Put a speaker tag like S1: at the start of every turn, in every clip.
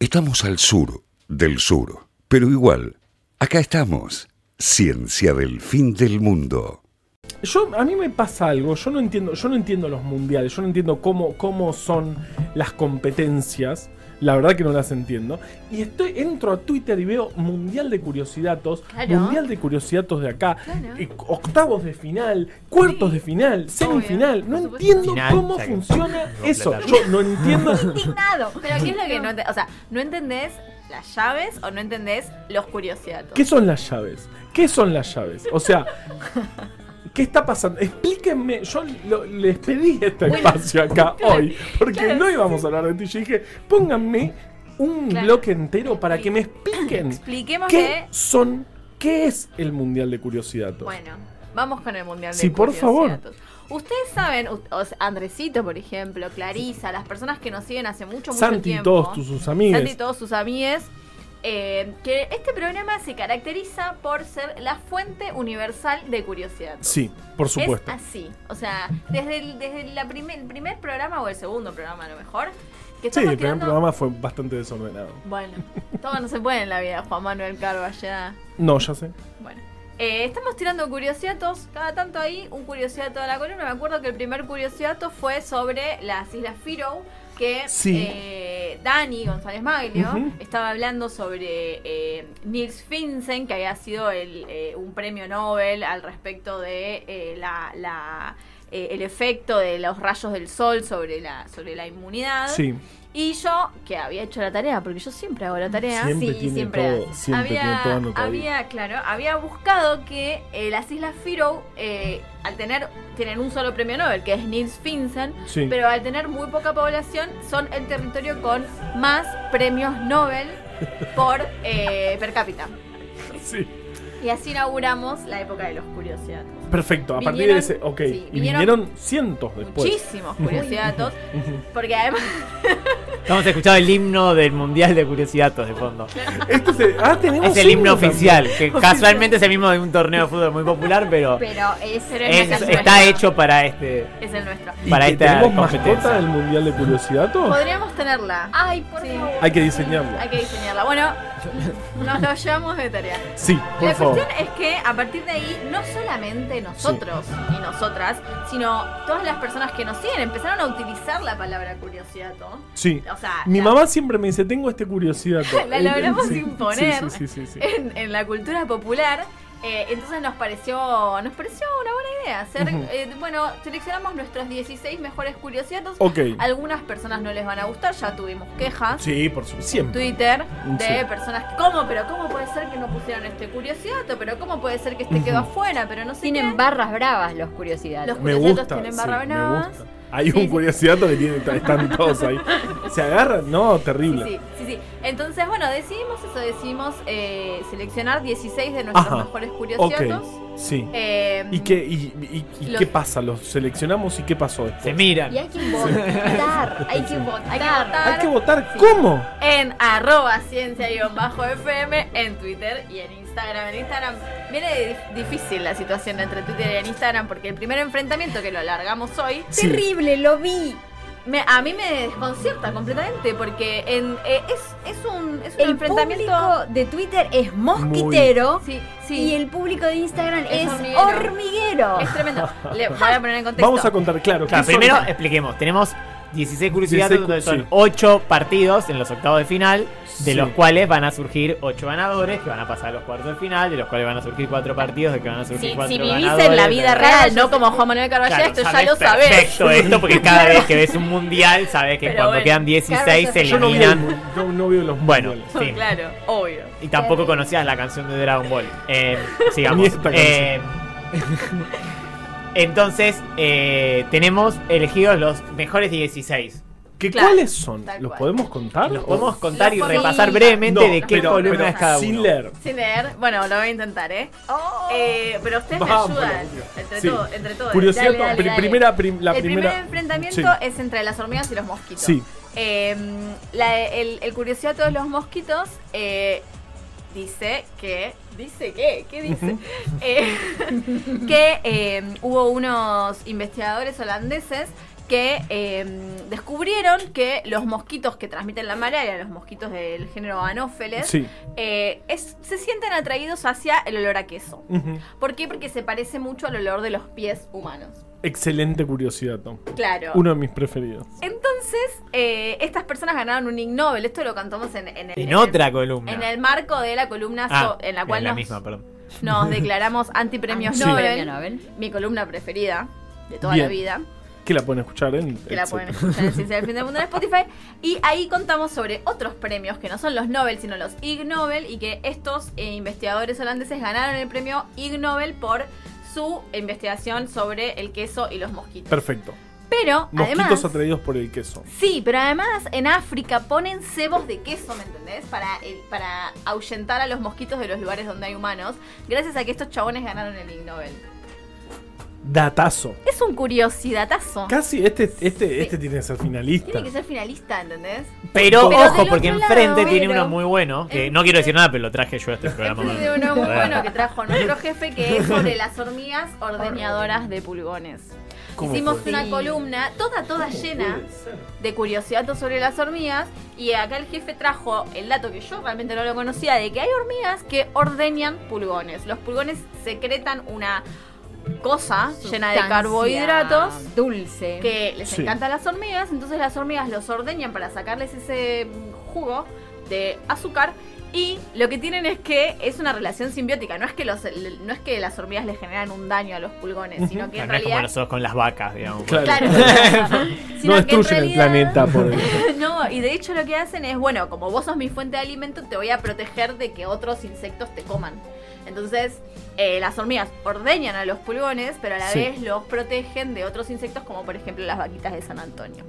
S1: Estamos al sur del sur, pero igual, acá estamos. Ciencia del fin del mundo.
S2: Yo, a mí me pasa algo, yo no entiendo, yo no entiendo los mundiales, yo no entiendo cómo, cómo son las competencias, la verdad que no las entiendo. Y estoy, entro a Twitter y veo Mundial de Curiosidatos,
S3: Claro.
S2: Mundial de Curiosidatos de acá,
S3: Claro.
S2: eh, octavos de final, cuartos de final, semifinal, no
S3: por supuesto.
S2: entiendo
S4: Final,
S2: cómo
S4: saca.
S2: funciona eso. Yo
S4: Completamente.
S2: no entiendo
S3: indignado. Pero ¿qué es lo que no ente- O sea, ¿no entendés las llaves o no entendés los curiosidades?
S2: ¿Qué son las llaves? ¿Qué son las llaves? O sea, ¿qué está pasando? Explíquenme, yo lo- les pedí este
S3: Bueno,
S2: espacio acá
S3: claro,
S2: hoy, porque
S3: claro,
S2: no íbamos a hablar de ti. Yo dije, pónganme un
S3: Claro.
S2: bloque entero para que me expliquen
S3: Expliquemos
S2: qué
S3: que...
S2: son, qué es el Mundial de Curiosidad.
S3: Bueno, vamos con el Mundial de
S2: Sí, por favor.
S3: Curiosidades. Ustedes saben, u- o sea, Andresito, por ejemplo, Clarisa, las personas que nos siguen hace mucho, mucho
S2: Santi y
S3: tiempo.
S2: todos tus- sus amigos.
S3: Santi y todos sus amigues. eh, que este programa se caracteriza por ser la fuente universal de curiosidad.
S2: Sí, por supuesto.
S3: Es así. O sea, desde el, desde la primer, el primer programa o el segundo programa a lo mejor. Que
S2: Sí,
S3: estamos
S2: el primer
S3: tirando-
S2: programa fue bastante desordenado.
S3: Bueno, todo no se puede en la vida, Juan Manuel Carballeda.
S2: No, ya sé.
S3: Bueno. eh, estamos tirando curiosidades, cada tanto ahí, un curiosidad a la columna. Me acuerdo que el primer curiosidad fue sobre las Islas Firo, que
S2: Sí.
S3: eh, Dani González Maglio
S2: Ujú.
S3: estaba hablando sobre eh, Nils Finsen, que había sido el, eh, un premio Nobel al respecto de eh, la, la, eh, el efecto de los rayos del sol sobre la, sobre la inmunidad.
S2: Sí.
S3: Y yo, que había hecho la tarea, porque yo siempre hago la tarea.
S2: Siempre
S3: sí,
S2: tiene
S3: siempre
S2: todo,
S3: hago.
S2: siempre
S3: había,
S2: tiene todo anotadito.
S3: había, claro, había buscado que eh, las Islas Firo, eh, al tener, tienen un solo premio Nobel, que es Nils Finsen,
S2: Sí.
S3: pero al tener muy poca población, son el territorio con más premios Nobel por eh, per cápita.
S2: Sí.
S3: Y así inauguramos la época de los curiosidades.
S2: Perfecto, a partir de
S3: Vinieron-
S2: ese. Ok,
S3: sí,
S2: y
S3: vinieron
S2: vinieron cientos después.
S3: Muchísimos curiosidades, porque además
S4: Estamos escuchando el himno del Mundial de Curiosidades de fondo.
S2: Este es el, ah, tenemos
S3: Oh,
S4: Es el himno
S2: uno también.
S4: oficial, que casualmente es el mismo de un torneo de fútbol muy popular, pero
S3: pero ese no
S4: es-
S3: es, el
S4: está
S3: nuestro.
S4: hecho para este.
S3: Es el nuestro.
S2: ¿Y
S4: para
S2: que
S4: esta
S2: tenemos
S4: competencia.
S2: mascota del mundial de curiosidad
S3: Podríamos tenerla. Ay, por favor.
S2: hay que diseñarla
S3: Hay que diseñarla. Bueno, nos lo llevamos de tarea.
S2: sí por
S3: la
S2: favor
S3: cuestión es que a partir de ahí, no solamente nosotros y nosotras, sino todas las personas que nos siguen empezaron a utilizar la palabra curiosidad. ¿no?
S2: sí
S3: O sea,
S2: mi
S3: la-
S2: mamá siempre me dice tengo este curiosidad
S3: La logramos
S2: sí
S3: imponer.
S2: sí sí, sí, sí.
S3: en, en la cultura popular. eh, entonces nos pareció nos pareció una buena idea hacer
S2: Ujú.
S3: eh, bueno seleccionamos nuestros 16 mejores curiosidades
S2: ok
S3: algunas personas no les van a gustar ya tuvimos quejas
S2: sí por supuesto
S3: en
S2: siempre
S3: Twitter de
S2: Sí.
S3: personas que, ¿cómo? Pero ¿cómo puede ser que no pusieron este curiosidad? Pero ¿cómo puede ser que este quedó afuera? Pero no sé
S5: Tienen
S3: qué.
S5: barras bravas los curiosidades.
S3: Los-
S2: me
S3: curiosidad
S2: gusta,
S3: tienen
S2: sí,
S3: barra
S2: me
S3: brava.
S2: gusta hay
S3: Sí,
S2: un
S3: sí.
S2: curiosidad que tiene están todos ahí se agarran no
S3: Sí,
S2: terrible
S3: sí, sí, sí. Entonces, bueno, decidimos eso, decidimos eh, seleccionar 16 de nuestros
S2: Ajá.
S3: mejores em,
S2: ok
S3: curiosidades.
S2: sí y qué y, y- y
S3: Eh, los-
S2: qué pasa los seleccionamos y qué pasó
S4: Se
S2: después
S4: miran.
S5: Y hay que votar, hay que votar.
S2: hay que votar
S3: Sí.
S2: cómo
S3: en arroba ciencia-fm en Twitter y en Instagram. En Instagram viene de- difícil la situación entre Twitter y en Instagram porque el primer enfrentamiento que lo alargamos hoy
S2: Sí.
S5: Terrible, lo vi.
S3: Me- a mí me desconcierta completamente porque en, eh, es, es un, es un
S5: El
S3: enfrentamiento.
S5: público de Twitter es mosquitero
S3: Sí,
S5: y
S3: sí.
S5: el público de Instagram
S3: Es
S5: es,
S3: hormiguero.
S5: hormiguero.
S3: Es tremendo. Le voy a poner en contexto.
S2: vamos a contar claro
S4: Claro,
S2: ¿qué son?
S4: primero expliquemos, tenemos 16 curiosidades
S2: 16 cu-
S4: donde
S2: sí.
S4: son 8 partidos en los octavos de final, de
S2: Sí.
S4: los cuales van a surgir 8 ganadores que van a pasar a los cuartos de final, de los cuales van a surgir 4 partidos, de que van a surgir
S3: Si,
S4: 4
S3: si
S4: ganadores.
S3: vivís en la vida
S4: Claro,
S3: real,
S5: Claro,
S3: no
S5: yo
S3: como Juan Manuel Carballeda, esto ya lo sabés.
S4: Perfecto esto, porque cada vez que ves un mundial, sabes que
S3: Pero
S4: cuando
S3: bueno,
S4: quedan
S3: claro,
S4: 16
S3: yo-
S4: se
S2: Yo no veo,
S4: eliminan.
S2: el- no, no veo los
S4: Bueno,
S2: mundiales.
S4: sí.
S3: Claro, obvio.
S4: Y tampoco conocías la canción de Dragon Ball. Eh,
S2: Ni
S4: sigamos.
S2: esta canción.
S4: Eh, entonces, eh, tenemos elegidos los mejores 16.
S2: ¿Qué,
S3: Claro,
S2: ¿Cuáles son?
S3: tal
S2: ¿Los
S3: cual.
S2: podemos contar?
S4: Los
S2: ¿O-
S4: podemos contar y
S3: Los
S4: repasar
S3: podemos-
S4: brevemente
S2: No,
S4: de qué
S2: pero-
S4: columna
S2: pero
S4: es cada uno.
S2: Sin leer.
S3: Sin leer. Bueno, lo voy a intentar, ¿eh?
S5: Oh.
S3: Eh, pero ustedes
S2: Vamos,
S3: me ayudan. Entre
S2: sí.
S3: todos, entre todos.
S2: Curiosidad,
S3: Dale, dale,
S2: pri-
S3: dale.
S2: primera, prim- la
S3: el
S2: primera.
S3: primer enfrentamiento
S2: Sí.
S3: es entre las hormigas y los mosquitos.
S2: Sí.
S3: Eh, la- el, el curiosidad de los mosquitos eh, dice que. ¿Dice qué? ¿Qué dice? em, Eh, que eh, hubo unos investigadores holandeses que eh, descubrieron que los mosquitos que transmiten la malaria, los mosquitos del género anófeles,
S2: Sí.
S3: eh, es- se sienten atraídos hacia el olor a queso.
S2: Ujú.
S3: ¿Por qué? Porque se parece mucho al olor de los pies humanos.
S2: Excelente curiosidad, Tom.
S3: Claro.
S2: Uno de mis preferidos.
S3: Entonces, eh, estas personas ganaron un Ig Nobel. Esto lo cantamos en, en el,
S4: En otra columna.
S3: en el marco de la columna
S4: Ah,
S3: so- en la cual
S4: en la
S3: nos,
S4: misma, perdón.
S3: nos declaramos antipremios
S5: Sí.
S3: Nobel,
S5: Ah, Premio Nobel.
S3: Mi columna preferida de toda
S2: Bien.
S3: la vida.
S2: Que la pueden escuchar en.
S3: que la pueden
S2: etcétera.
S3: escuchar en Ciencia del Fin del Mundo en Spotify. Y ahí contamos sobre otros premios que no son los Nobel, sino los Ig Nobel, y que estos eh, investigadores holandeses ganaron el premio Ig Nobel por su investigación sobre el queso y los mosquitos.
S2: Perfecto.
S3: Pero,
S2: Mosquitos
S3: además...
S2: atraídos por el queso.
S3: Sí, pero además en África ponen cebos de queso, ¿me entendés? Para, el- para ahuyentar a los mosquitos de los lugares donde hay humanos, gracias a que estos chabones ganaron el Ig Nobel.
S2: Datazo.
S3: Es un curiosidadazo.
S2: Casi este, este,
S3: Sí.
S2: este tiene que ser finalista.
S3: Tiene que ser finalista, ¿entendés? Pero
S4: Pero,
S3: del
S4: ojo,
S3: otro
S4: porque
S3: lado,
S4: enfrente tiene
S3: pero-
S4: uno muy bueno. Que no quiero decir nada, pero lo traje yo a este programa.
S3: Este es uno muy bueno que trajo nuestro jefe que es sobre las hormigas ordeñadoras de pulgones.
S2: ¿Cómo
S3: Hicimos
S2: puede-
S3: una columna toda, toda llena de curiosidad sobre las hormigas y acá el jefe trajo el dato que yo realmente no lo conocía de que hay hormigas que ordeñan pulgones. Los pulgones secretan una cosa llena de
S5: Sustancia
S3: carbohidratos
S5: Dulce.
S3: que les
S2: Sí.
S3: encantan las hormigas, entonces las hormigas los ordeñan para sacarles ese mm, jugo de azúcar y lo que tienen es que es una relación simbiótica, no es que los no es que las hormigas le generan un daño a los pulgones, sino que en
S4: no es como
S3: realidad
S4: nosotros con las vacas, digamos.
S2: Claro.
S3: Claro.
S2: No
S3: Sino que en
S2: destruyen el
S3: realidad-
S2: planeta por el-
S3: No, y de hecho lo que hacen es, bueno, como vos sos mi fuente de alimento, te voy a proteger de que otros insectos te coman. Entonces, eh, las hormigas ordeñan a los pulgones, pero a la
S2: Sí.
S3: vez los protegen de otros insectos, como por ejemplo las vaquitas de San Antonio.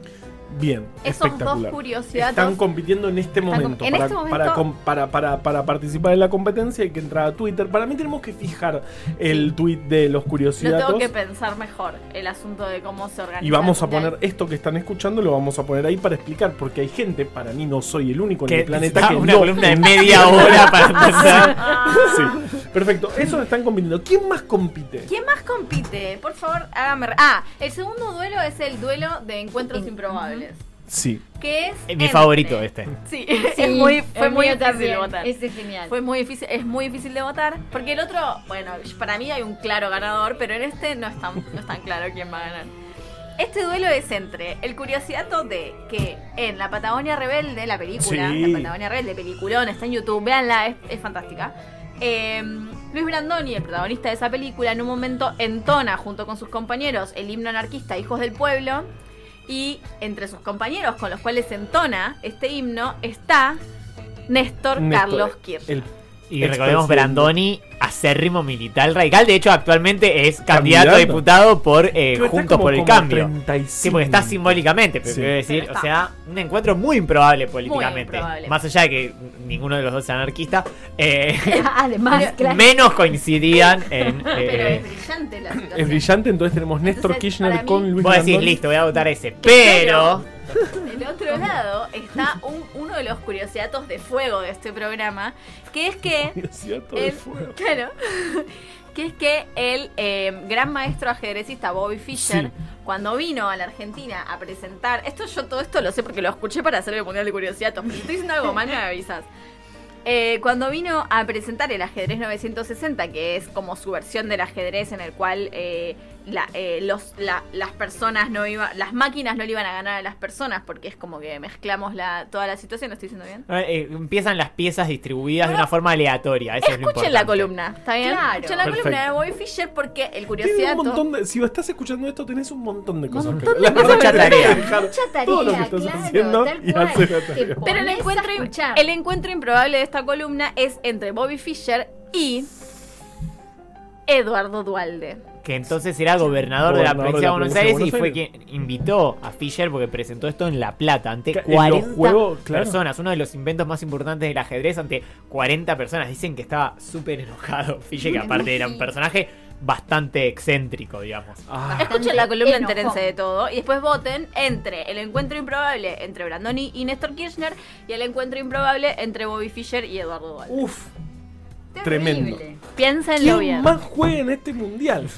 S2: Bien.
S3: Esos dos
S2: espectacular. Están
S3: curiosidades.
S2: compitiendo en este
S3: com-
S2: momento.
S3: en
S2: para,
S3: este momento-
S2: Para, com- para, para- para participar en la competencia hay que entrar a Twitter. Para mí tenemos que fijar el tweet de los
S3: Lo tengo
S2: curiosidades.
S3: que pensar mejor el asunto de cómo se organiza.
S2: Y vamos a
S3: el mundial.
S2: poner esto que están escuchando, lo vamos a poner ahí para explicar, porque hay gente, para mí no soy el único en
S4: Que
S2: el planeta
S4: está
S2: que
S4: una
S2: no.
S4: columna de media hora para empezar.
S2: Sí, perfecto. Eso están compitiendo. ¿Quién más compite?
S3: ¿Quién más compite? Por favor, hágame. re- Ah, el segundo duelo es el duelo de encuentros
S5: In-
S3: improbables.
S2: Sí.
S3: Que es.
S4: Mi
S3: entre-
S4: favorito este.
S3: Sí,
S5: Sí,
S3: es muy, fue
S5: el
S3: muy
S5: mío
S3: difícil
S5: también.
S3: votar.
S5: Ese es genial.
S3: Fue muy difícil, es muy difícil de votar. Porque el otro, bueno, para mí hay un claro ganador, pero en este no es tan, no es tan claro quién va a ganar. Este duelo es entre el curiosidato de que en La Patagonia Rebelde, la película,
S2: Sí.
S3: La Patagonia Rebelde, peliculón, está en YouTube, véanla, es, es fantástica. Eh, Luis Brandoni, el protagonista de esa película, en un momento entona junto con sus compañeros el himno anarquista Hijos del Pueblo. Y entre sus compañeros con los cuales entona este himno está Néstor,
S2: Néstor,
S3: Carlos Kirchner.
S2: el-
S4: Y recordemos Brandoni, acérrimo militar radical. De hecho, actualmente es candidato
S2: Candidato.
S4: a diputado por eh,
S2: Creo que está
S4: Juntos
S2: como-
S4: por el
S2: como
S4: Cambio.
S2: 35.
S4: Sí, porque está simbólicamente, pero
S2: Sí.
S4: quiero decir,
S3: Pero
S4: o
S3: está.
S4: sea, un encuentro muy improbable políticamente.
S3: improbable.
S4: Más allá de que ninguno de los dos sea anarquista, eh,
S5: Además, claro.
S4: menos coincidían en.
S3: Ah, Pero
S4: eh,
S3: es brillante la situación.
S2: Es brillante, entonces tenemos Néstor
S3: Entonces,
S2: Kirchner
S3: para mí-
S2: con Luis
S4: vos decís,
S2: Brandoni.
S4: listo, voy a votar ese. Pero.
S3: Del otro lado está un- uno de los curiosidatos de fuego de este programa, que es que...
S2: Cierto,
S3: el-
S2: de fuego.
S3: claro. Que es que el eh, gran maestro ajedrecista Bobby Fischer,
S2: Sí.
S3: cuando vino a la Argentina a presentar, esto yo todo esto lo sé porque lo escuché para hacer el Mundial de Curiosidatos, pero si estoy diciendo algo mal me avisas. Eh, cuando vino a presentar el ajedrez 960, que es como su versión del ajedrez en el cual eh, la- eh, los- la- las personas no iba, las máquinas no le iban a ganar a las personas porque es como que mezclamos la, toda la situación, ¿lo estoy diciendo bien?
S4: eh, empiezan las piezas distribuidas de una forma aleatoria. Eso es lo
S3: Escuchen la
S4: importante.
S3: columna, ¿está bien?
S5: Claro.
S3: Escuchen la
S2: Perfecto.
S3: columna de Bobby Fischer porque el
S2: Tienes un
S3: curiosidad.
S2: montón de, si estás escuchando esto, tenés un montón de cosas
S5: Montón
S2: que
S5: de
S2: La
S4: cosas
S2: verdad
S4: que
S2: que tenés
S4: tarea.
S2: que dejar
S5: Mucha
S2: todo lo que
S5: tarea,
S2: estás
S5: claro,
S2: haciendo
S5: tal
S2: y
S5: cual.
S2: hacer la tarea.
S5: Te
S3: Pero el
S5: pones a
S3: encuentro,
S5: escuchar.
S3: el encuentro improbable de esta columna es entre Bobby Fischer y Eduardo Dualde.
S4: Que entonces era gobernador, de la provincia de Buenos Aires y fue
S2: Aires.
S4: quien invitó a Fischer porque presentó esto en La Plata ante
S2: Ca- en los
S4: 40
S2: juegos, claro.
S4: personas. Uno de los inventos más importantes del ajedrez ante 40 personas. Dicen que estaba súper enojado Fischer, que
S5: Me
S4: aparte era un
S5: imagino.
S4: escenaje bastante excéntrico, digamos.
S2: Ah,
S3: Escuchen la columna,
S5: enojón.
S3: enterense de todo. Y después voten entre el encuentro improbable entre Brandoni y Néstor Kirchner y el encuentro improbable entre Bobby Fischer y Eduardo Dualde.
S2: uf. Tremendo.
S5: Terrible.
S3: Piénsenlo
S2: ¿Quién
S3: bien.
S2: más juega en este mundial?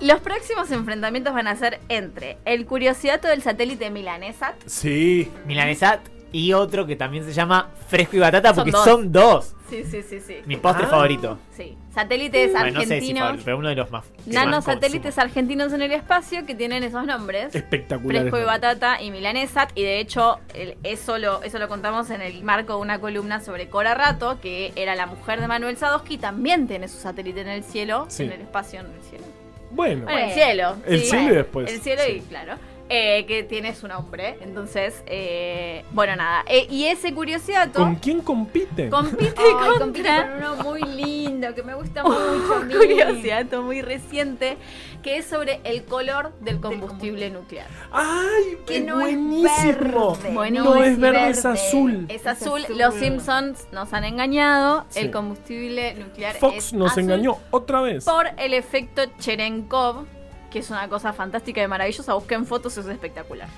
S3: Los próximos enfrentamientos van a ser entre el Curiosidato del satélite milanesa.
S2: Sí.
S4: Milanesat y otro que también se llama Fresco y Batata
S3: Son
S4: porque
S3: dos.
S4: son dos.
S3: Sí, sí, sí, sí.
S4: Mi postre
S2: Ah.
S4: favorito.
S3: Sí. Satélites
S4: Bueno, no sé si
S3: argentinos.
S4: favorito, pero uno de los más. que más
S3: nanosatélites argentinos en el espacio que tienen esos nombres.
S2: Espectacular.
S3: Fresco y Batata y Milanesat. Y de hecho, el- eso, lo, eso lo contamos en el marco de una columna sobre Cora Rato, que era la mujer de Manuel Sadowski. También tiene su satélite en el cielo,
S2: Sí.
S3: en el espacio, en el cielo.
S2: Bueno.
S3: Bueno, el
S5: Bueno.
S3: cielo.
S2: El
S3: sí.
S2: cielo y después.
S3: El cielo y
S2: Sí.
S3: claro. eh, que tiene su nombre. Entonces, eh, bueno, nada. Eh, y ese curiosidato
S2: ¿Con quién compiten?
S3: compite
S5: Ay, compito
S3: contra
S5: con uno muy lindo que me gusta mucho. a
S3: un
S5: mí.
S3: curiosidato muy reciente que es sobre el color del combustible nuclear.
S2: ¡Ay! ¡Qué
S5: Que no es
S2: buenísimo!
S5: verde,
S3: Bueno,
S2: no es verde, es
S5: verde.
S2: azul.
S3: Es
S5: Es
S3: azul,
S5: azul.
S3: los Simpsons nos han engañado,
S2: Sí.
S3: el combustible nuclear
S2: Fox
S3: es
S2: nos
S3: azul
S2: engañó otra vez.
S3: por el efecto Cherenkov, que es una cosa fantástica y maravillosa, busquen fotos, es espectacular.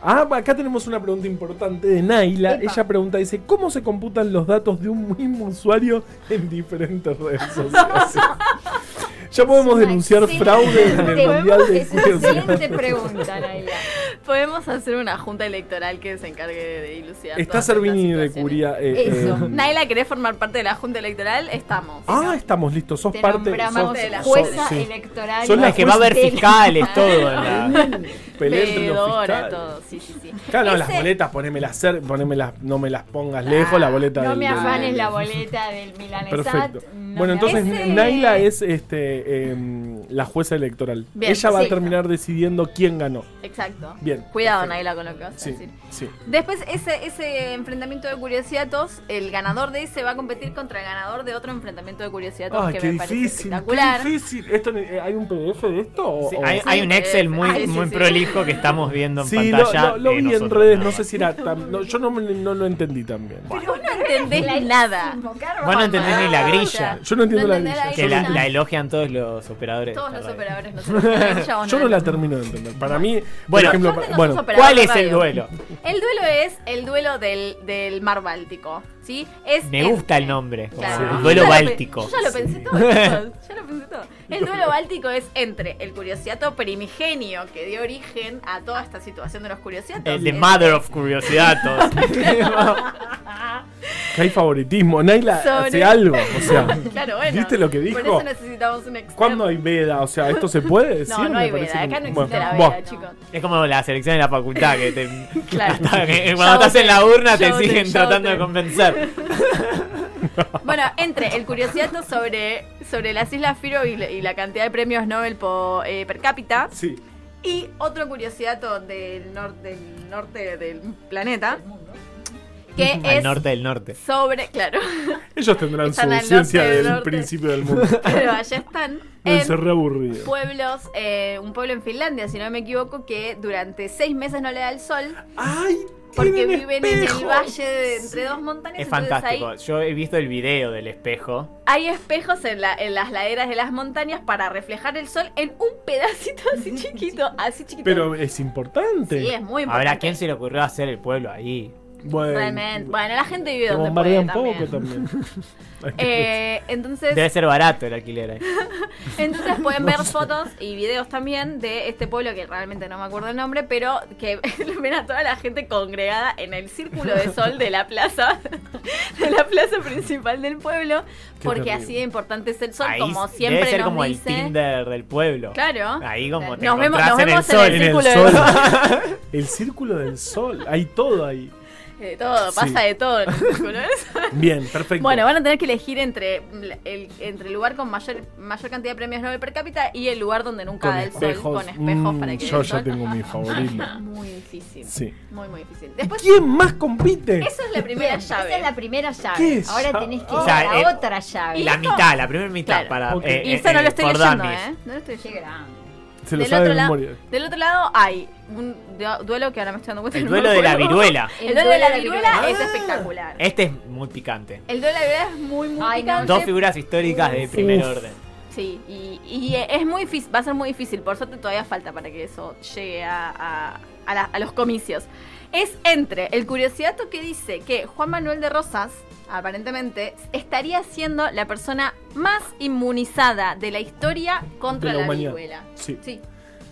S2: Ah, acá tenemos una pregunta importante de Naila.
S5: Epa.
S2: Ella pregunta, dice, ¿cómo se computan los datos de un mismo usuario en diferentes redes sociales? ya podemos
S5: Es una
S2: denunciar
S5: excelente-
S2: fraude en el Mundial de
S5: Es una excelente
S2: Curiosidad.
S5: pregunta, Naila.
S3: Podemos hacer una junta electoral que se encargue de, de dilucidar.
S2: Está
S3: todas estas
S2: Servini de
S3: situaciones.
S2: Curia. eh,
S5: Eso.
S2: eh,
S3: Naila, ¿querés formar parte de la junta electoral? Estamos.
S2: ah, estamos listos. Sos
S5: Te
S2: parte
S5: nombramos
S2: sos-
S3: de la
S2: sos-
S5: jueza
S2: sí.
S5: electoral.
S2: Son
S4: Son las que va a haber
S5: Del-
S4: fiscales, todo. en la-
S2: Pelea entre los
S3: Veedora,
S2: fiscales.
S3: todo, sí, sí, sí.
S2: Claro, no,
S3: Ese-
S2: las boletas, ponémelas, cer- ponémelas, no me las pongas lejos, la boleta
S5: No
S2: del-
S5: me
S2: del-
S5: afanes la boleta del Milanesat.
S2: Perfecto.
S5: no
S2: bueno,
S5: me
S2: entonces
S5: afanes.
S2: Naila es este em, la jueza electoral.
S3: Bien,
S2: Ella va a
S3: sí.
S2: terminar decidiendo quién ganó.
S3: Exacto.
S2: Bien.
S3: Cuidado,
S2: perfecto.
S3: Naila, con lo que vas a
S2: Sí,
S3: decir.
S2: sí.
S3: Después, ese, ese enfrentamiento de curiosidades, el ganador de ese va a competir contra el ganador de otro enfrentamiento de curiosidades
S2: Ay,
S3: que
S2: qué
S3: me parece
S2: difícil,
S3: espectacular.
S2: qué difícil. Esto, eh, ¿Hay un PDF de esto? o-
S4: Sí,
S2: o-
S4: hay, hay un
S3: Sí,
S4: Excel muy,
S3: ay, sí,
S4: muy
S3: sí.
S4: prolijo que estamos viendo en
S2: Sí, lo,
S4: pantalla.
S2: lo- lo
S4: de
S2: vi en
S4: nosotros.
S2: redes, no sé si era tan- no, yo no, me- no lo entendí tan bien.
S3: Vos no entendés nada.
S4: Vos no entendés ni la grilla.
S2: Yo no entiendo
S3: No
S2: la
S3: entendés la
S2: grilla. yo
S4: Que
S2: no
S4: la,
S2: entiendo-
S4: la elogian todos los operadores. de
S3: Todos
S4: esta
S3: los
S4: radio.
S3: operadores no entendés.
S2: Yo no la termino de entender. Para mí, por
S4: Bueno.
S2: ejemplo,
S3: Aparte no
S2: bueno,
S3: sos operador
S4: ¿Cuál
S3: de
S4: es el
S3: radio.
S4: duelo?
S3: El duelo es el duelo del, del mar Báltico, ¿sí? Es
S4: Me
S3: este.
S4: gusta el nombre. como
S3: Claro.
S4: El duelo
S3: Yo ya lo pe-
S4: báltico.
S3: Yo ya lo pensé todo, chicos, ya lo pensé todo. El duelo báltico es entre el curiosiato primigenio que dio origen a toda esta situación de los curiosiatos. Eh,
S4: El Eh, de Mother of Curiosidatos.
S2: que hay favoritismo. Naila hace
S3: Sobre-
S2: algo, o sea.
S3: Claro, bueno.
S2: ¿Viste lo que
S3: Por
S2: dijo?
S3: eso necesitamos un experto.
S2: ¿Cuándo hay veda? O sea, ¿esto se puede decir?
S3: No, no
S2: Me
S3: hay
S2: parece
S3: veda.
S2: que-
S3: Acá no existe
S2: bueno,
S3: la
S2: vos,
S3: veda, chicos.
S4: es como la selección de la facultad que te.
S3: Claro.
S4: hasta que
S3: Ya
S4: cuando estás
S3: voté,
S4: en la urna
S3: ya
S4: te
S3: voté,
S4: siguen
S3: ya
S4: tratando de
S3: voté.
S4: convencer.
S3: Bueno, entre el curiosiato sobre, sobre las Islas Firo y, la- y la cantidad de premios Nobel po- eh, per cápita
S2: Sí.
S3: y otro curiosiato del, nor- del norte del planeta que
S4: Al
S3: es
S4: norte del norte.
S3: sobre, claro,
S2: Ellos tendrán
S3: Están al
S2: su
S3: norte
S2: ciencia
S3: del
S2: del
S3: norte.
S2: principio del mundo.
S3: pero allá están
S2: Me
S3: en
S2: encerré aburrido.
S3: pueblos, eh, un pueblo en Finlandia, si no me equivoco, que durante seis meses no le da el sol
S2: ¡Ay!
S3: porque
S2: tienen
S3: viven en el
S2: espejos.
S3: valle de entre dos montañas.
S4: Es
S3: entonces
S4: fantástico.
S3: ahí
S4: Yo he visto el video del espejo.
S3: Hay espejos en, la- en las laderas de las montañas para reflejar el sol en un pedacito así chiquito, así chiquito.
S2: Pero es importante.
S3: sí, es muy importante.
S4: Ahora, ¿quién se le ocurrió hacer el pueblo ahí?
S2: Bueno,
S3: Realmente. Bueno, la gente vive
S2: te
S3: donde puede
S2: bombardean
S3: también.
S2: poco también. Hay que-
S3: Eh, entonces,
S4: Debe ser barato el alquiler eh. ahí.
S3: entonces pueden ver fotos y videos también de este pueblo que realmente no me acuerdo el nombre, pero que ven a toda la gente congregada en el círculo de sol de la plaza, de la plaza principal del pueblo, porque
S2: terrible.
S3: así de importante es el sol,
S4: Ahí
S3: como siempre
S4: debe ser
S3: nos
S4: como
S3: dice.
S4: el Tinder del pueblo.
S3: Claro.
S4: Ahí como te
S3: Nos vemos-
S4: encontrás
S3: nos
S4: en el
S3: vemos en el
S2: en
S4: sol.
S2: el
S3: círculo del
S2: sol. el círculo del sol. Hay todo ahí.
S3: De eh, todo,
S2: Sí.
S3: pasa de todo. en el círculo de sol.
S2: Bien, perfecto.
S3: Bueno, van a tener que elegir entre el, entre el lugar con mayor mayor cantidad de premios Nobel per cápita y el lugar donde nunca
S2: con
S3: da el
S2: espejos.
S3: sol con espejos
S2: Mm,
S3: para que
S2: Yo
S3: el sol.
S2: ya tengo mi favorito.
S3: Muy difícil.
S2: Sí.
S3: Muy, muy difícil.
S2: ¿Y
S3: Después,
S2: quién más compite?
S3: eso es la primera
S5: Esa es
S3: llave.
S5: la primera llave.
S2: ¿Qué es
S5: Ahora
S2: llave?
S5: tenés que ir
S2: O
S4: sea,
S5: a la
S4: eh,
S5: otra llave.
S4: La
S3: Hijo.
S4: mitad, la primera mitad
S3: Claro.
S4: para. eh,
S2: Ok.
S3: Y eso no lo estoy
S4: por
S3: leyendo,
S4: dummies.
S3: ¿eh? No lo estoy
S5: Qué
S3: leyendo.
S5: grande.
S2: Se lo
S3: Del
S2: sabe
S3: otro,
S2: de
S3: lado,
S2: memoria.
S3: del otro lado hay un du- duelo que ahora me estoy dando cuenta.
S4: El
S3: que no me
S4: duelo de la
S3: acuerdo.
S4: viruela.
S3: El duelo de la viruela
S5: viruela.
S3: es espectacular.
S4: Este es muy picante.
S3: El duelo de la viruela es muy, muy
S5: Ay, no.
S3: picante,
S4: Dos figuras históricas de primer
S2: Uf.
S4: orden.
S3: Sí, y, y es muy difícil, va a ser muy difícil. Por suerte todavía falta para que eso llegue a, a- a la- a los comicios. Es entre el curiosidato que dice que Juan Manuel de Rosas aparentemente, estaría siendo la persona más inmunizada de la historia contra
S2: De la
S3: la,
S2: humanidad.
S3: viruela.
S2: Sí.
S3: Sí,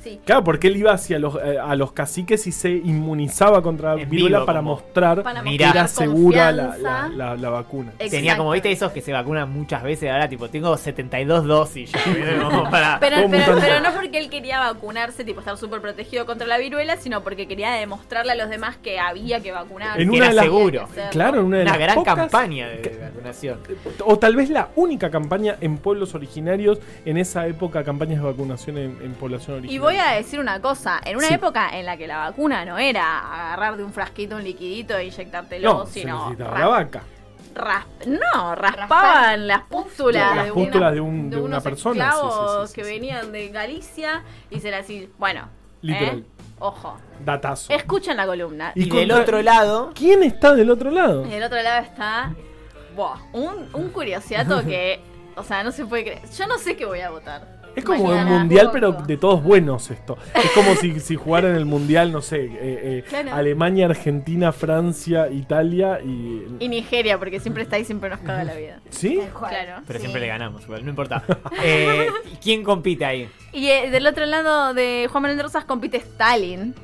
S3: sí.
S2: Claro, porque él iba hacia los, eh, a los caciques y se inmunizaba contra
S4: En
S2: viruela
S4: vivo,
S2: para
S4: como-
S2: mostrar
S3: Para
S2: que
S4: Mirá.
S3: mostrar
S2: era segura la,
S3: confianza.
S2: la- la- la vacuna.
S3: Exacto.
S4: Tenía como, viste, esos que se vacunan muchas veces. Ahora, tipo, tengo 72 dosis. Ya, ¿viste? Como para...
S3: Pero,
S2: Todo
S3: pero,
S2: mutante.
S3: pero no porque él quería vacunarse, tipo estar súper protegido contra la viruela, sino porque quería demostrarle a los demás que había que vacunarse.
S2: En
S3: que
S2: una
S3: había
S2: de las-
S3: que
S4: seguro.
S3: hacerlo.
S2: Claro, en una de
S4: Una
S2: las
S4: gran
S2: pocas-
S4: campaña de vacunación.
S2: O tal vez la única campaña en pueblos originarios, en esa época, campañas de vacunación en, en población
S3: Y
S2: originaria.
S3: voy a decir una cosa, en una
S2: Sí.
S3: época en la que la vacuna no era agarrar de un frasquito un liquidito e inyectártelo,
S2: No, se
S3: sino
S2: necesitaba
S3: ra-
S2: la vaca.
S3: rasp- no,
S5: Raspar.
S3: raspaban las pústulas,
S2: Las pústulas de un- de una
S3: unos
S2: persona, sí, sí, sí,
S3: esclavos
S2: sí,
S3: que
S2: sí.
S3: venían de Galicia y se las y- bueno,
S2: Literal.
S3: ¿eh? ojo,
S2: Datazo.
S3: escuchen la columna.
S2: Y
S4: Y, del
S2: contra-
S4: otro lado,
S2: ¿Quién está del otro lado?
S3: Y del otro lado está buah, un, un curiosiato que, o sea, no se puede creer. Yo no sé qué voy a votar.
S2: Es como
S3: Mañana.
S2: un mundial, pero
S3: Tampoco.
S2: de todos buenos esto. Es como si, si jugaran el mundial, no sé, eh, eh,
S3: Claro.
S2: Alemania, Argentina, Francia, Italia y...
S3: Y Nigeria, porque siempre está ahí, siempre nos caga la vida.
S2: ¿Sí?
S5: Tal cual.
S3: Claro.
S4: pero
S3: sí.
S4: siempre le ganamos, igual, no importa. Eh, ¿Quién compite ahí?
S3: Y eh, del otro lado de Juan Manuel de Rosas compite Stalin,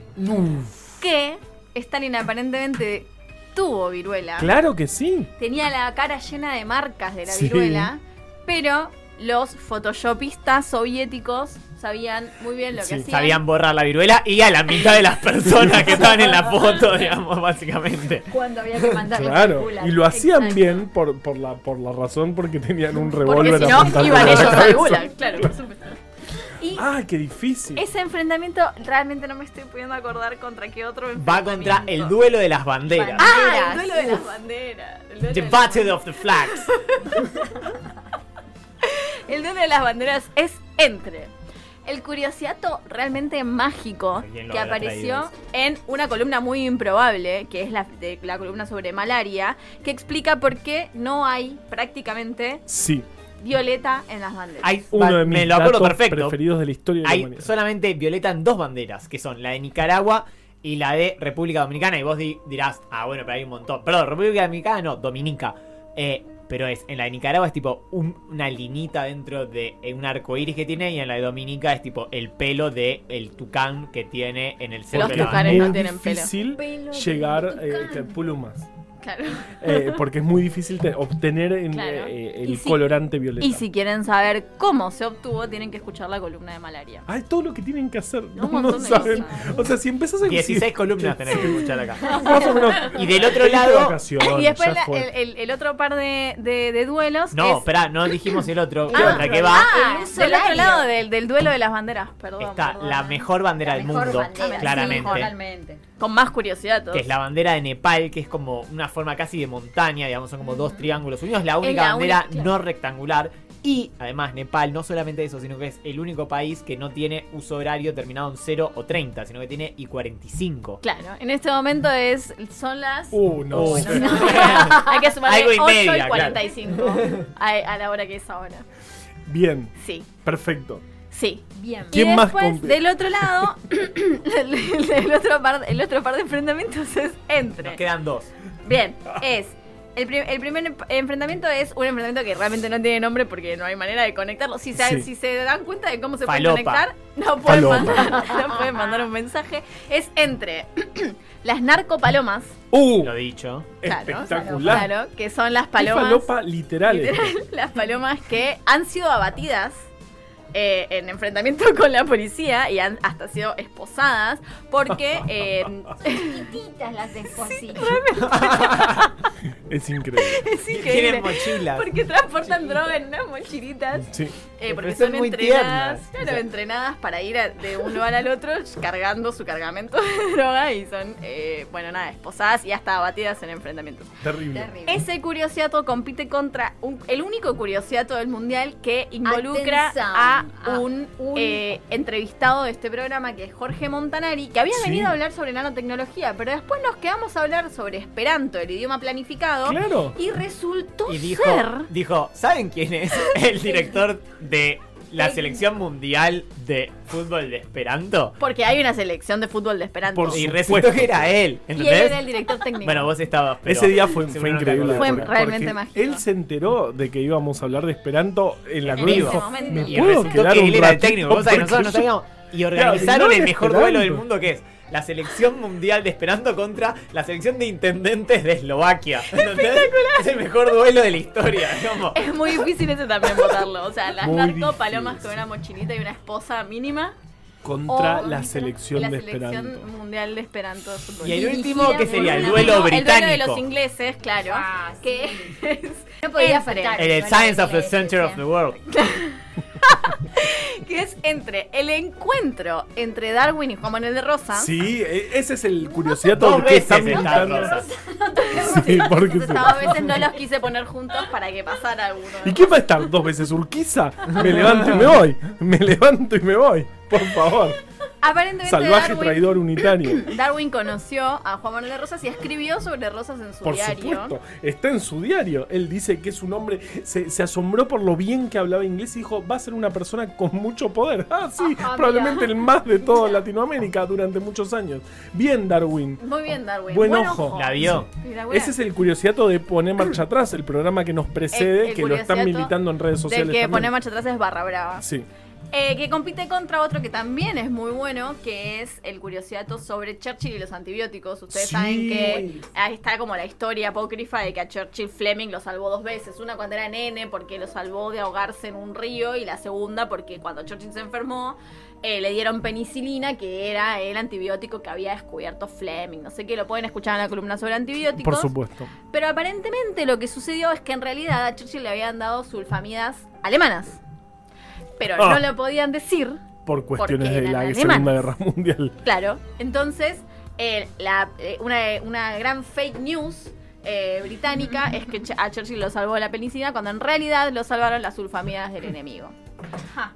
S3: que Stalin aparentemente tuvo viruela.
S2: Claro que sí.
S3: Tenía la cara llena de marcas de la
S2: Sí.
S3: viruela, pero los photoshopistas soviéticos sabían muy bien lo que
S2: Sí.
S3: hacían.
S4: Sabían borrar la viruela y a la mitad de las personas que estaban en la foto, digamos, básicamente.
S5: Cuando había que mandar las
S2: Claro.
S5: películas.
S2: Y lo hacían
S5: Exacto.
S2: bien por, por, la, por la razón porque tenían un
S3: porque
S2: revólver
S3: si no,
S2: apuntando a
S3: iban
S2: la
S3: ellos a
S2: cabeza.
S3: la bola, claro, por supuesto. Y
S2: Ah, qué difícil.
S3: ese enfrentamiento realmente no me estoy pudiendo acordar contra qué otro
S4: Va contra el duelo de las banderas.
S3: Ah,
S5: Ah,
S3: el
S5: el
S3: duelo de las banderas. El duelo,
S4: The
S3: de, las-
S4: Battle of the Flags.
S3: el duelo de las banderas es entre el curiosiato realmente mágico
S4: Alguien lo
S3: que
S4: habrá
S3: apareció
S4: traído
S3: en una columna muy improbable, que es la, de, la columna sobre malaria, que explica por qué no hay prácticamente
S2: Sí,
S3: violeta en las banderas.
S4: Hay
S2: uno
S4: ba-
S2: de mis
S4: me lo acuerdo
S2: datos
S4: perfecto.
S2: preferidos de la historia de la
S4: Hay
S2: humanidad.
S4: solamente violeta en dos banderas, que son la de Nicaragua y la de República Dominicana. Y vos di- dirás, ah, bueno, pero hay un montón. Perdón, República Dominicana no, Dominica. Eh, pero es, en la de Nicaragua es tipo un- una linita dentro de eh, un arco iris que tiene, y en la de Dominica es tipo el pelo de el tucán que tiene en el
S3: Los
S4: centro
S2: Porque
S4: de la
S3: tucanes
S2: es
S4: bandera.
S3: no
S2: muy
S3: tienen pelo.
S2: difícil
S5: Pelo de
S2: llegar eh,
S5: tucán.
S2: que- plumas.
S3: Claro.
S2: Eh, porque es muy difícil te- obtener en,
S3: Claro.
S2: eh, el
S3: Y si-
S2: colorante violeta.
S3: Y si quieren saber cómo se obtuvo, tienen que escuchar la columna de malaria.
S2: Ay, todo lo que tienen que hacer. No,
S3: montón
S2: no
S3: de
S2: saben.
S3: cosas.
S2: O sea, si empezás a
S4: 16 columnas tenés que escuchar acá.
S2: Más o menos.
S4: Y del otro
S2: Pediste
S4: lado.
S2: vacaciones,
S3: y después
S2: ya
S3: la-
S2: fue.
S3: el, el- el otro par de, de- de duelos.
S4: No,
S3: es-
S4: espera, no dijimos el otro.
S5: Ah,
S4: contra que va.
S3: Ah,
S5: El uso
S3: del otro
S5: horario.
S3: lado del, del duelo de las banderas, perdón.
S4: Está
S3: perdón.
S4: la mejor bandera del
S5: Mejor
S4: mundo,
S5: bandera, sí,
S4: claramente.
S5: totalmente.
S3: Con más curiosidad todos.
S4: que es la bandera de Nepal, que es como una forma casi de montaña, digamos, son como dos triángulos unidos, la única
S3: Mm. la
S4: bandera
S3: única, claro.
S4: no rectangular. Y además Nepal, no solamente eso, sino que es el único país que no tiene uso horario terminado en 0 o 30, sino que tiene y 45.
S3: Claro, en este momento es son las.
S2: Uh, no
S4: Oh.
S2: sé.
S3: Hay que sumar
S4: Algo y
S3: 8
S4: media,
S3: y
S4: claro.
S3: 45 a, a la hora que es ahora.
S2: Bien,
S3: Sí,
S2: perfecto.
S3: sí.
S5: Bien.
S2: ¿Quién
S3: y
S2: más
S3: después,
S2: compite?
S3: del otro lado, el, el otro par, el otro par de enfrentamientos es entre.
S4: Nos quedan dos.
S3: Bien, es. El, pri- el primer emp- enfrentamiento es un enfrentamiento que realmente no tiene nombre porque no hay manera de conectarlo. Si se,
S2: Sí.
S3: si se dan cuenta de cómo se
S4: Falopa.
S3: puede conectar, no pueden,
S2: Falopa.
S3: mandar, no pueden mandar un mensaje. Es entre las narcopalomas,
S2: Uh,
S4: Lo dicho.
S3: claro,
S2: espectacular.
S3: claro, que son las
S2: Qué
S3: palomas.
S2: falopa literal. eh.
S3: literal, las palomas que han sido abatidas eh, en enfrentamiento con la policía y han hasta sido esposadas porque eh,
S5: Chiquititas las espositas.
S2: Es increíble.
S3: es
S4: Tienen
S3: increíble.
S4: mochilas.
S3: Porque transportan droga en unas mochilitas.
S2: Sí.
S3: Eh, porque
S4: Pero
S3: son,
S4: son muy
S3: entrenadas,
S4: tiernas.
S3: claro,
S4: O sea-
S3: entrenadas para ir a- de un lugar al otro cargando su cargamento de droga y son, eh, bueno, nada, esposadas y hasta abatidas en enfrentamientos.
S2: Terrible.
S5: Terrible.
S3: Ese curiosiato compite contra un- el único curiosiato del mundial que involucra
S5: Atención,
S3: a
S5: a
S3: un,
S5: un-
S3: eh, entrevistado de este programa que es Jorge Montanari, que había
S2: Sí.
S3: venido a hablar sobre nanotecnología, pero después nos quedamos a hablar sobre Esperanto, el idioma planificado,
S2: Claro.
S3: y resultó
S4: Y dijo,
S3: ser...
S4: dijo, ¿saben quién es el director de la selección mundial de fútbol de Esperanto.
S3: Porque hay una selección de fútbol de Esperanto.
S2: Por
S4: Y
S2: supuesto.
S4: resultó que era él,
S3: y él
S4: ¿entendés?
S3: era el director técnico.
S4: Bueno, vos estabas. pero
S2: Ese día fue, fue
S4: seguro no te
S2: increíble.
S3: Fue
S4: acordás.
S2: porque-
S3: realmente
S2: porque
S3: mágico.
S2: Él se enteró de que íbamos a hablar de Esperanto en la
S3: En
S2: cruz.
S4: ese
S2: dijo,
S3: momento.
S2: ¿Me
S3: Y
S4: Y
S2: puedo
S4: resultó
S2: quedar
S4: que
S2: un
S4: él era el
S2: ratito?
S4: técnico, cosa que
S2: Porque
S4: nosotros no
S2: yo-
S4: sabíamos. Y
S2: Claro,
S4: organizaron
S2: ignora
S4: el mejor
S2: Esperanto.
S4: duelo del mundo que es la selección mundial de Esperanto contra la selección de intendentes de Eslovaquia. Espectacular. Es el mejor duelo de la historia. digamos.
S3: Es muy difícil ese también votarlo. O sea, las
S2: Muy
S3: narco
S2: difícil.
S3: palomas con una mochilita y una esposa mínima.
S2: Contra
S3: o
S2: la selección
S3: Oh, la
S2: de
S3: selección
S2: Esperanto.
S3: mundial de Esperanto de fútbol.
S4: Y el último,
S5: dirigida
S4: que
S5: por
S4: sería? El
S5: una-
S4: duelo
S3: El duelo de los
S4: británico.
S3: ingleses, claro.
S5: Ah, sí.
S3: que
S5: No podía
S3: Entre.
S5: faltar.
S4: El Science of the Center of the World.
S3: que es entre el encuentro entre Darwin y Juan Manuel de Rosa.
S2: Sí, e- ese es el curiosidad
S4: Dos
S2: porque están
S4: veces está
S2: pintando-
S4: Rosas.
S2: Sí, porque
S3: Entonces, a veces no los quise poner juntos para que pasara alguno.
S2: ¿Y quién va a estar dos veces Urquiza? Me levanto y me voy. Me levanto y me voy. Por favor.
S3: Aparentemente
S2: Salvaje
S3: Darwin,
S2: traidor unitario.
S3: Darwin conoció a Juan Manuel de Rosas y escribió sobre Rosas en su
S2: Por
S3: diario.
S2: supuesto, está en su diario. Él dice que es un hombre, se, se asombró por lo bien que hablaba inglés y dijo, va a ser una persona con mucho poder. Ah, sí,
S5: Ah,
S2: probablemente
S5: mira.
S2: el más de toda Latinoamérica durante muchos años. Bien, Darwin.
S3: Muy bien, Darwin.
S2: Buen ojo.
S4: La vio.
S3: Espectacular.
S2: Ese es el curiosiato de Poner Marcha Atrás, el programa que nos precede,
S3: El- el
S2: que lo están
S3: Curiosiato
S2: militando en redes
S3: Del
S2: sociales.
S3: que
S2: también.
S3: pone marcha atrás es barra brava.
S2: Sí.
S3: Eh, que compite contra otro que también es muy bueno, que es el curiosiato sobre Churchill y los antibióticos. Ustedes
S2: Sí.
S3: saben que ahí está como la historia apócrifa de que a Churchill Fleming lo salvó dos veces. Una cuando era nene porque lo salvó de ahogarse en un río y la segunda porque cuando Churchill se enfermó eh, le dieron penicilina, que era el antibiótico que había descubierto Fleming. No sé qué, lo pueden escuchar en la columna sobre antibióticos.
S2: Por supuesto.
S3: Pero aparentemente lo que sucedió es que en realidad a Churchill le habían dado sulfamidas alemanas. Pero
S2: Ah.
S3: no lo podían decir,
S2: Por cuestiones
S3: Porque
S2: de la
S3: eran
S2: Segunda Guerra
S3: alemanes.
S2: Mundial.
S3: claro. Entonces, eh, la- eh, una, una gran fake news eh, británica es que Ch- a Churchill lo salvó la penicilina cuando en realidad lo salvaron las sulfamidas del enemigo.
S5: Ajá.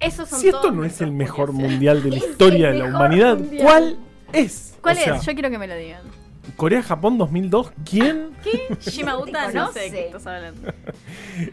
S3: Esos son
S2: Si esto
S3: todos
S2: no es
S3: nuestros
S2: el mejor
S3: curiosidades.
S2: mundial de la
S5: Es el
S2: historia de la
S5: mejor
S2: humanidad,
S5: mundial.
S2: ¿cuál es?
S3: ¿Cuál
S2: O sea,
S3: es? Yo quiero que me lo digan.
S2: Corea-Japón 2002, ¿quién?
S3: ¿Qué? Shimauta,
S5: Te
S3: no sé de
S5: conoce.
S3: qué estás hablando.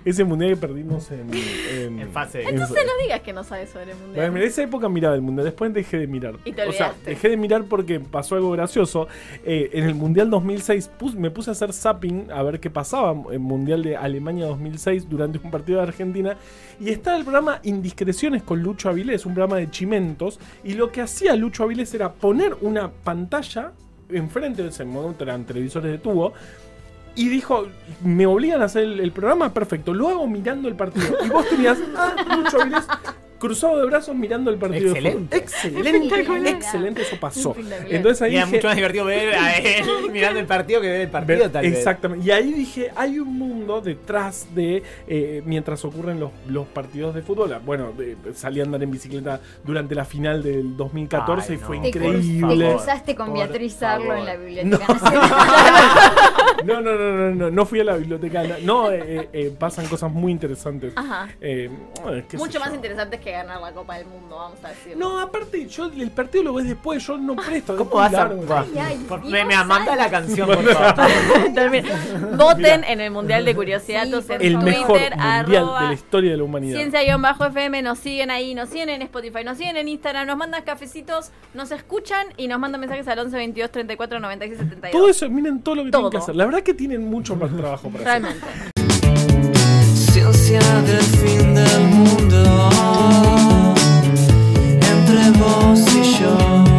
S2: Ese mundial que perdimos en... En,
S4: En fase.
S2: Entonces
S3: No digas que no sabes sobre el mundial.
S2: en esa época miraba el mundial, después dejé de mirar.
S3: Y te
S2: o sea,
S3: olvidaste.
S2: dejé de mirar porque pasó algo gracioso. Eh, en el Mundial 2006 pus- me puse a hacer zapping a ver qué pasaba en Mundial de Alemania 2006 durante un partido de Argentina. Y estaba el programa Indiscreciones con Lucho Avilés, un programa de chimentos. Y lo que hacía Lucho Avilés era poner una pantalla enfrente, en ese momento eran televisores de tubo. Y dijo, me obligan a hacer el, el programa, perfecto, lo hago mirando el partido. Y vos tenías, ah, Lucho Avilés, cruzado de brazos mirando el partido. de fútbol.
S4: Excelente.
S2: Excelente, excelente, eso pasó.
S3: Espectacular.
S2: Entonces ahí
S4: Y era
S2: dije,
S4: mucho más divertido ver a él mirando el partido que ver el partido, tal vez.
S2: Exactamente. Y ahí dije, hay un mundo detrás de eh, mientras ocurren los, los partidos de fútbol. Bueno, de- salí a andar en bicicleta durante la final del 2014
S4: Ay,
S2: y fue
S4: no.
S5: Te, cru- te
S2: increíble.
S4: favor.
S5: cruzaste con
S4: Por
S5: Beatriz Arlo
S4: favor.
S5: en la biblioteca.
S2: No, no, no, no, no, no fui a la biblioteca. No, no, eh, eh, eh, pasan cosas muy interesantes.
S3: Ajá.
S2: Eh, qué sé
S3: Mucho más
S2: yo.
S3: interesante que ganar la Copa del Mundo, vamos a decirlo.
S2: No, aparte, yo el partido lo ves después, yo
S3: Ah,
S2: no presto.
S4: ¿Cómo
S2: después
S4: vas a.?
S2: largo.
S5: Ay, ay,
S4: Por-
S5: Dios
S4: me, me manda la canción, por favor.
S3: Termina. Voten en el Mundial de Curiosidades
S5: Sí,
S3: en
S5: por
S2: El
S5: favor.
S2: mejor
S3: Twitter,
S2: mundial de la
S3: arroba
S2: historia de la humanidad.
S3: ciencia-fm, nos siguen ahí, nos siguen en Spotify, nos siguen en Instagram, nos mandan cafecitos, nos escuchan y nos mandan mensajes al 11 22 34 96 72.
S2: Todo eso, miren todo lo que tienen que
S3: Todo.
S2: hacer. La verdad que tienen mucho más trabajo para hacer.
S3: Realmente.
S6: Ciencia del fin del mundo.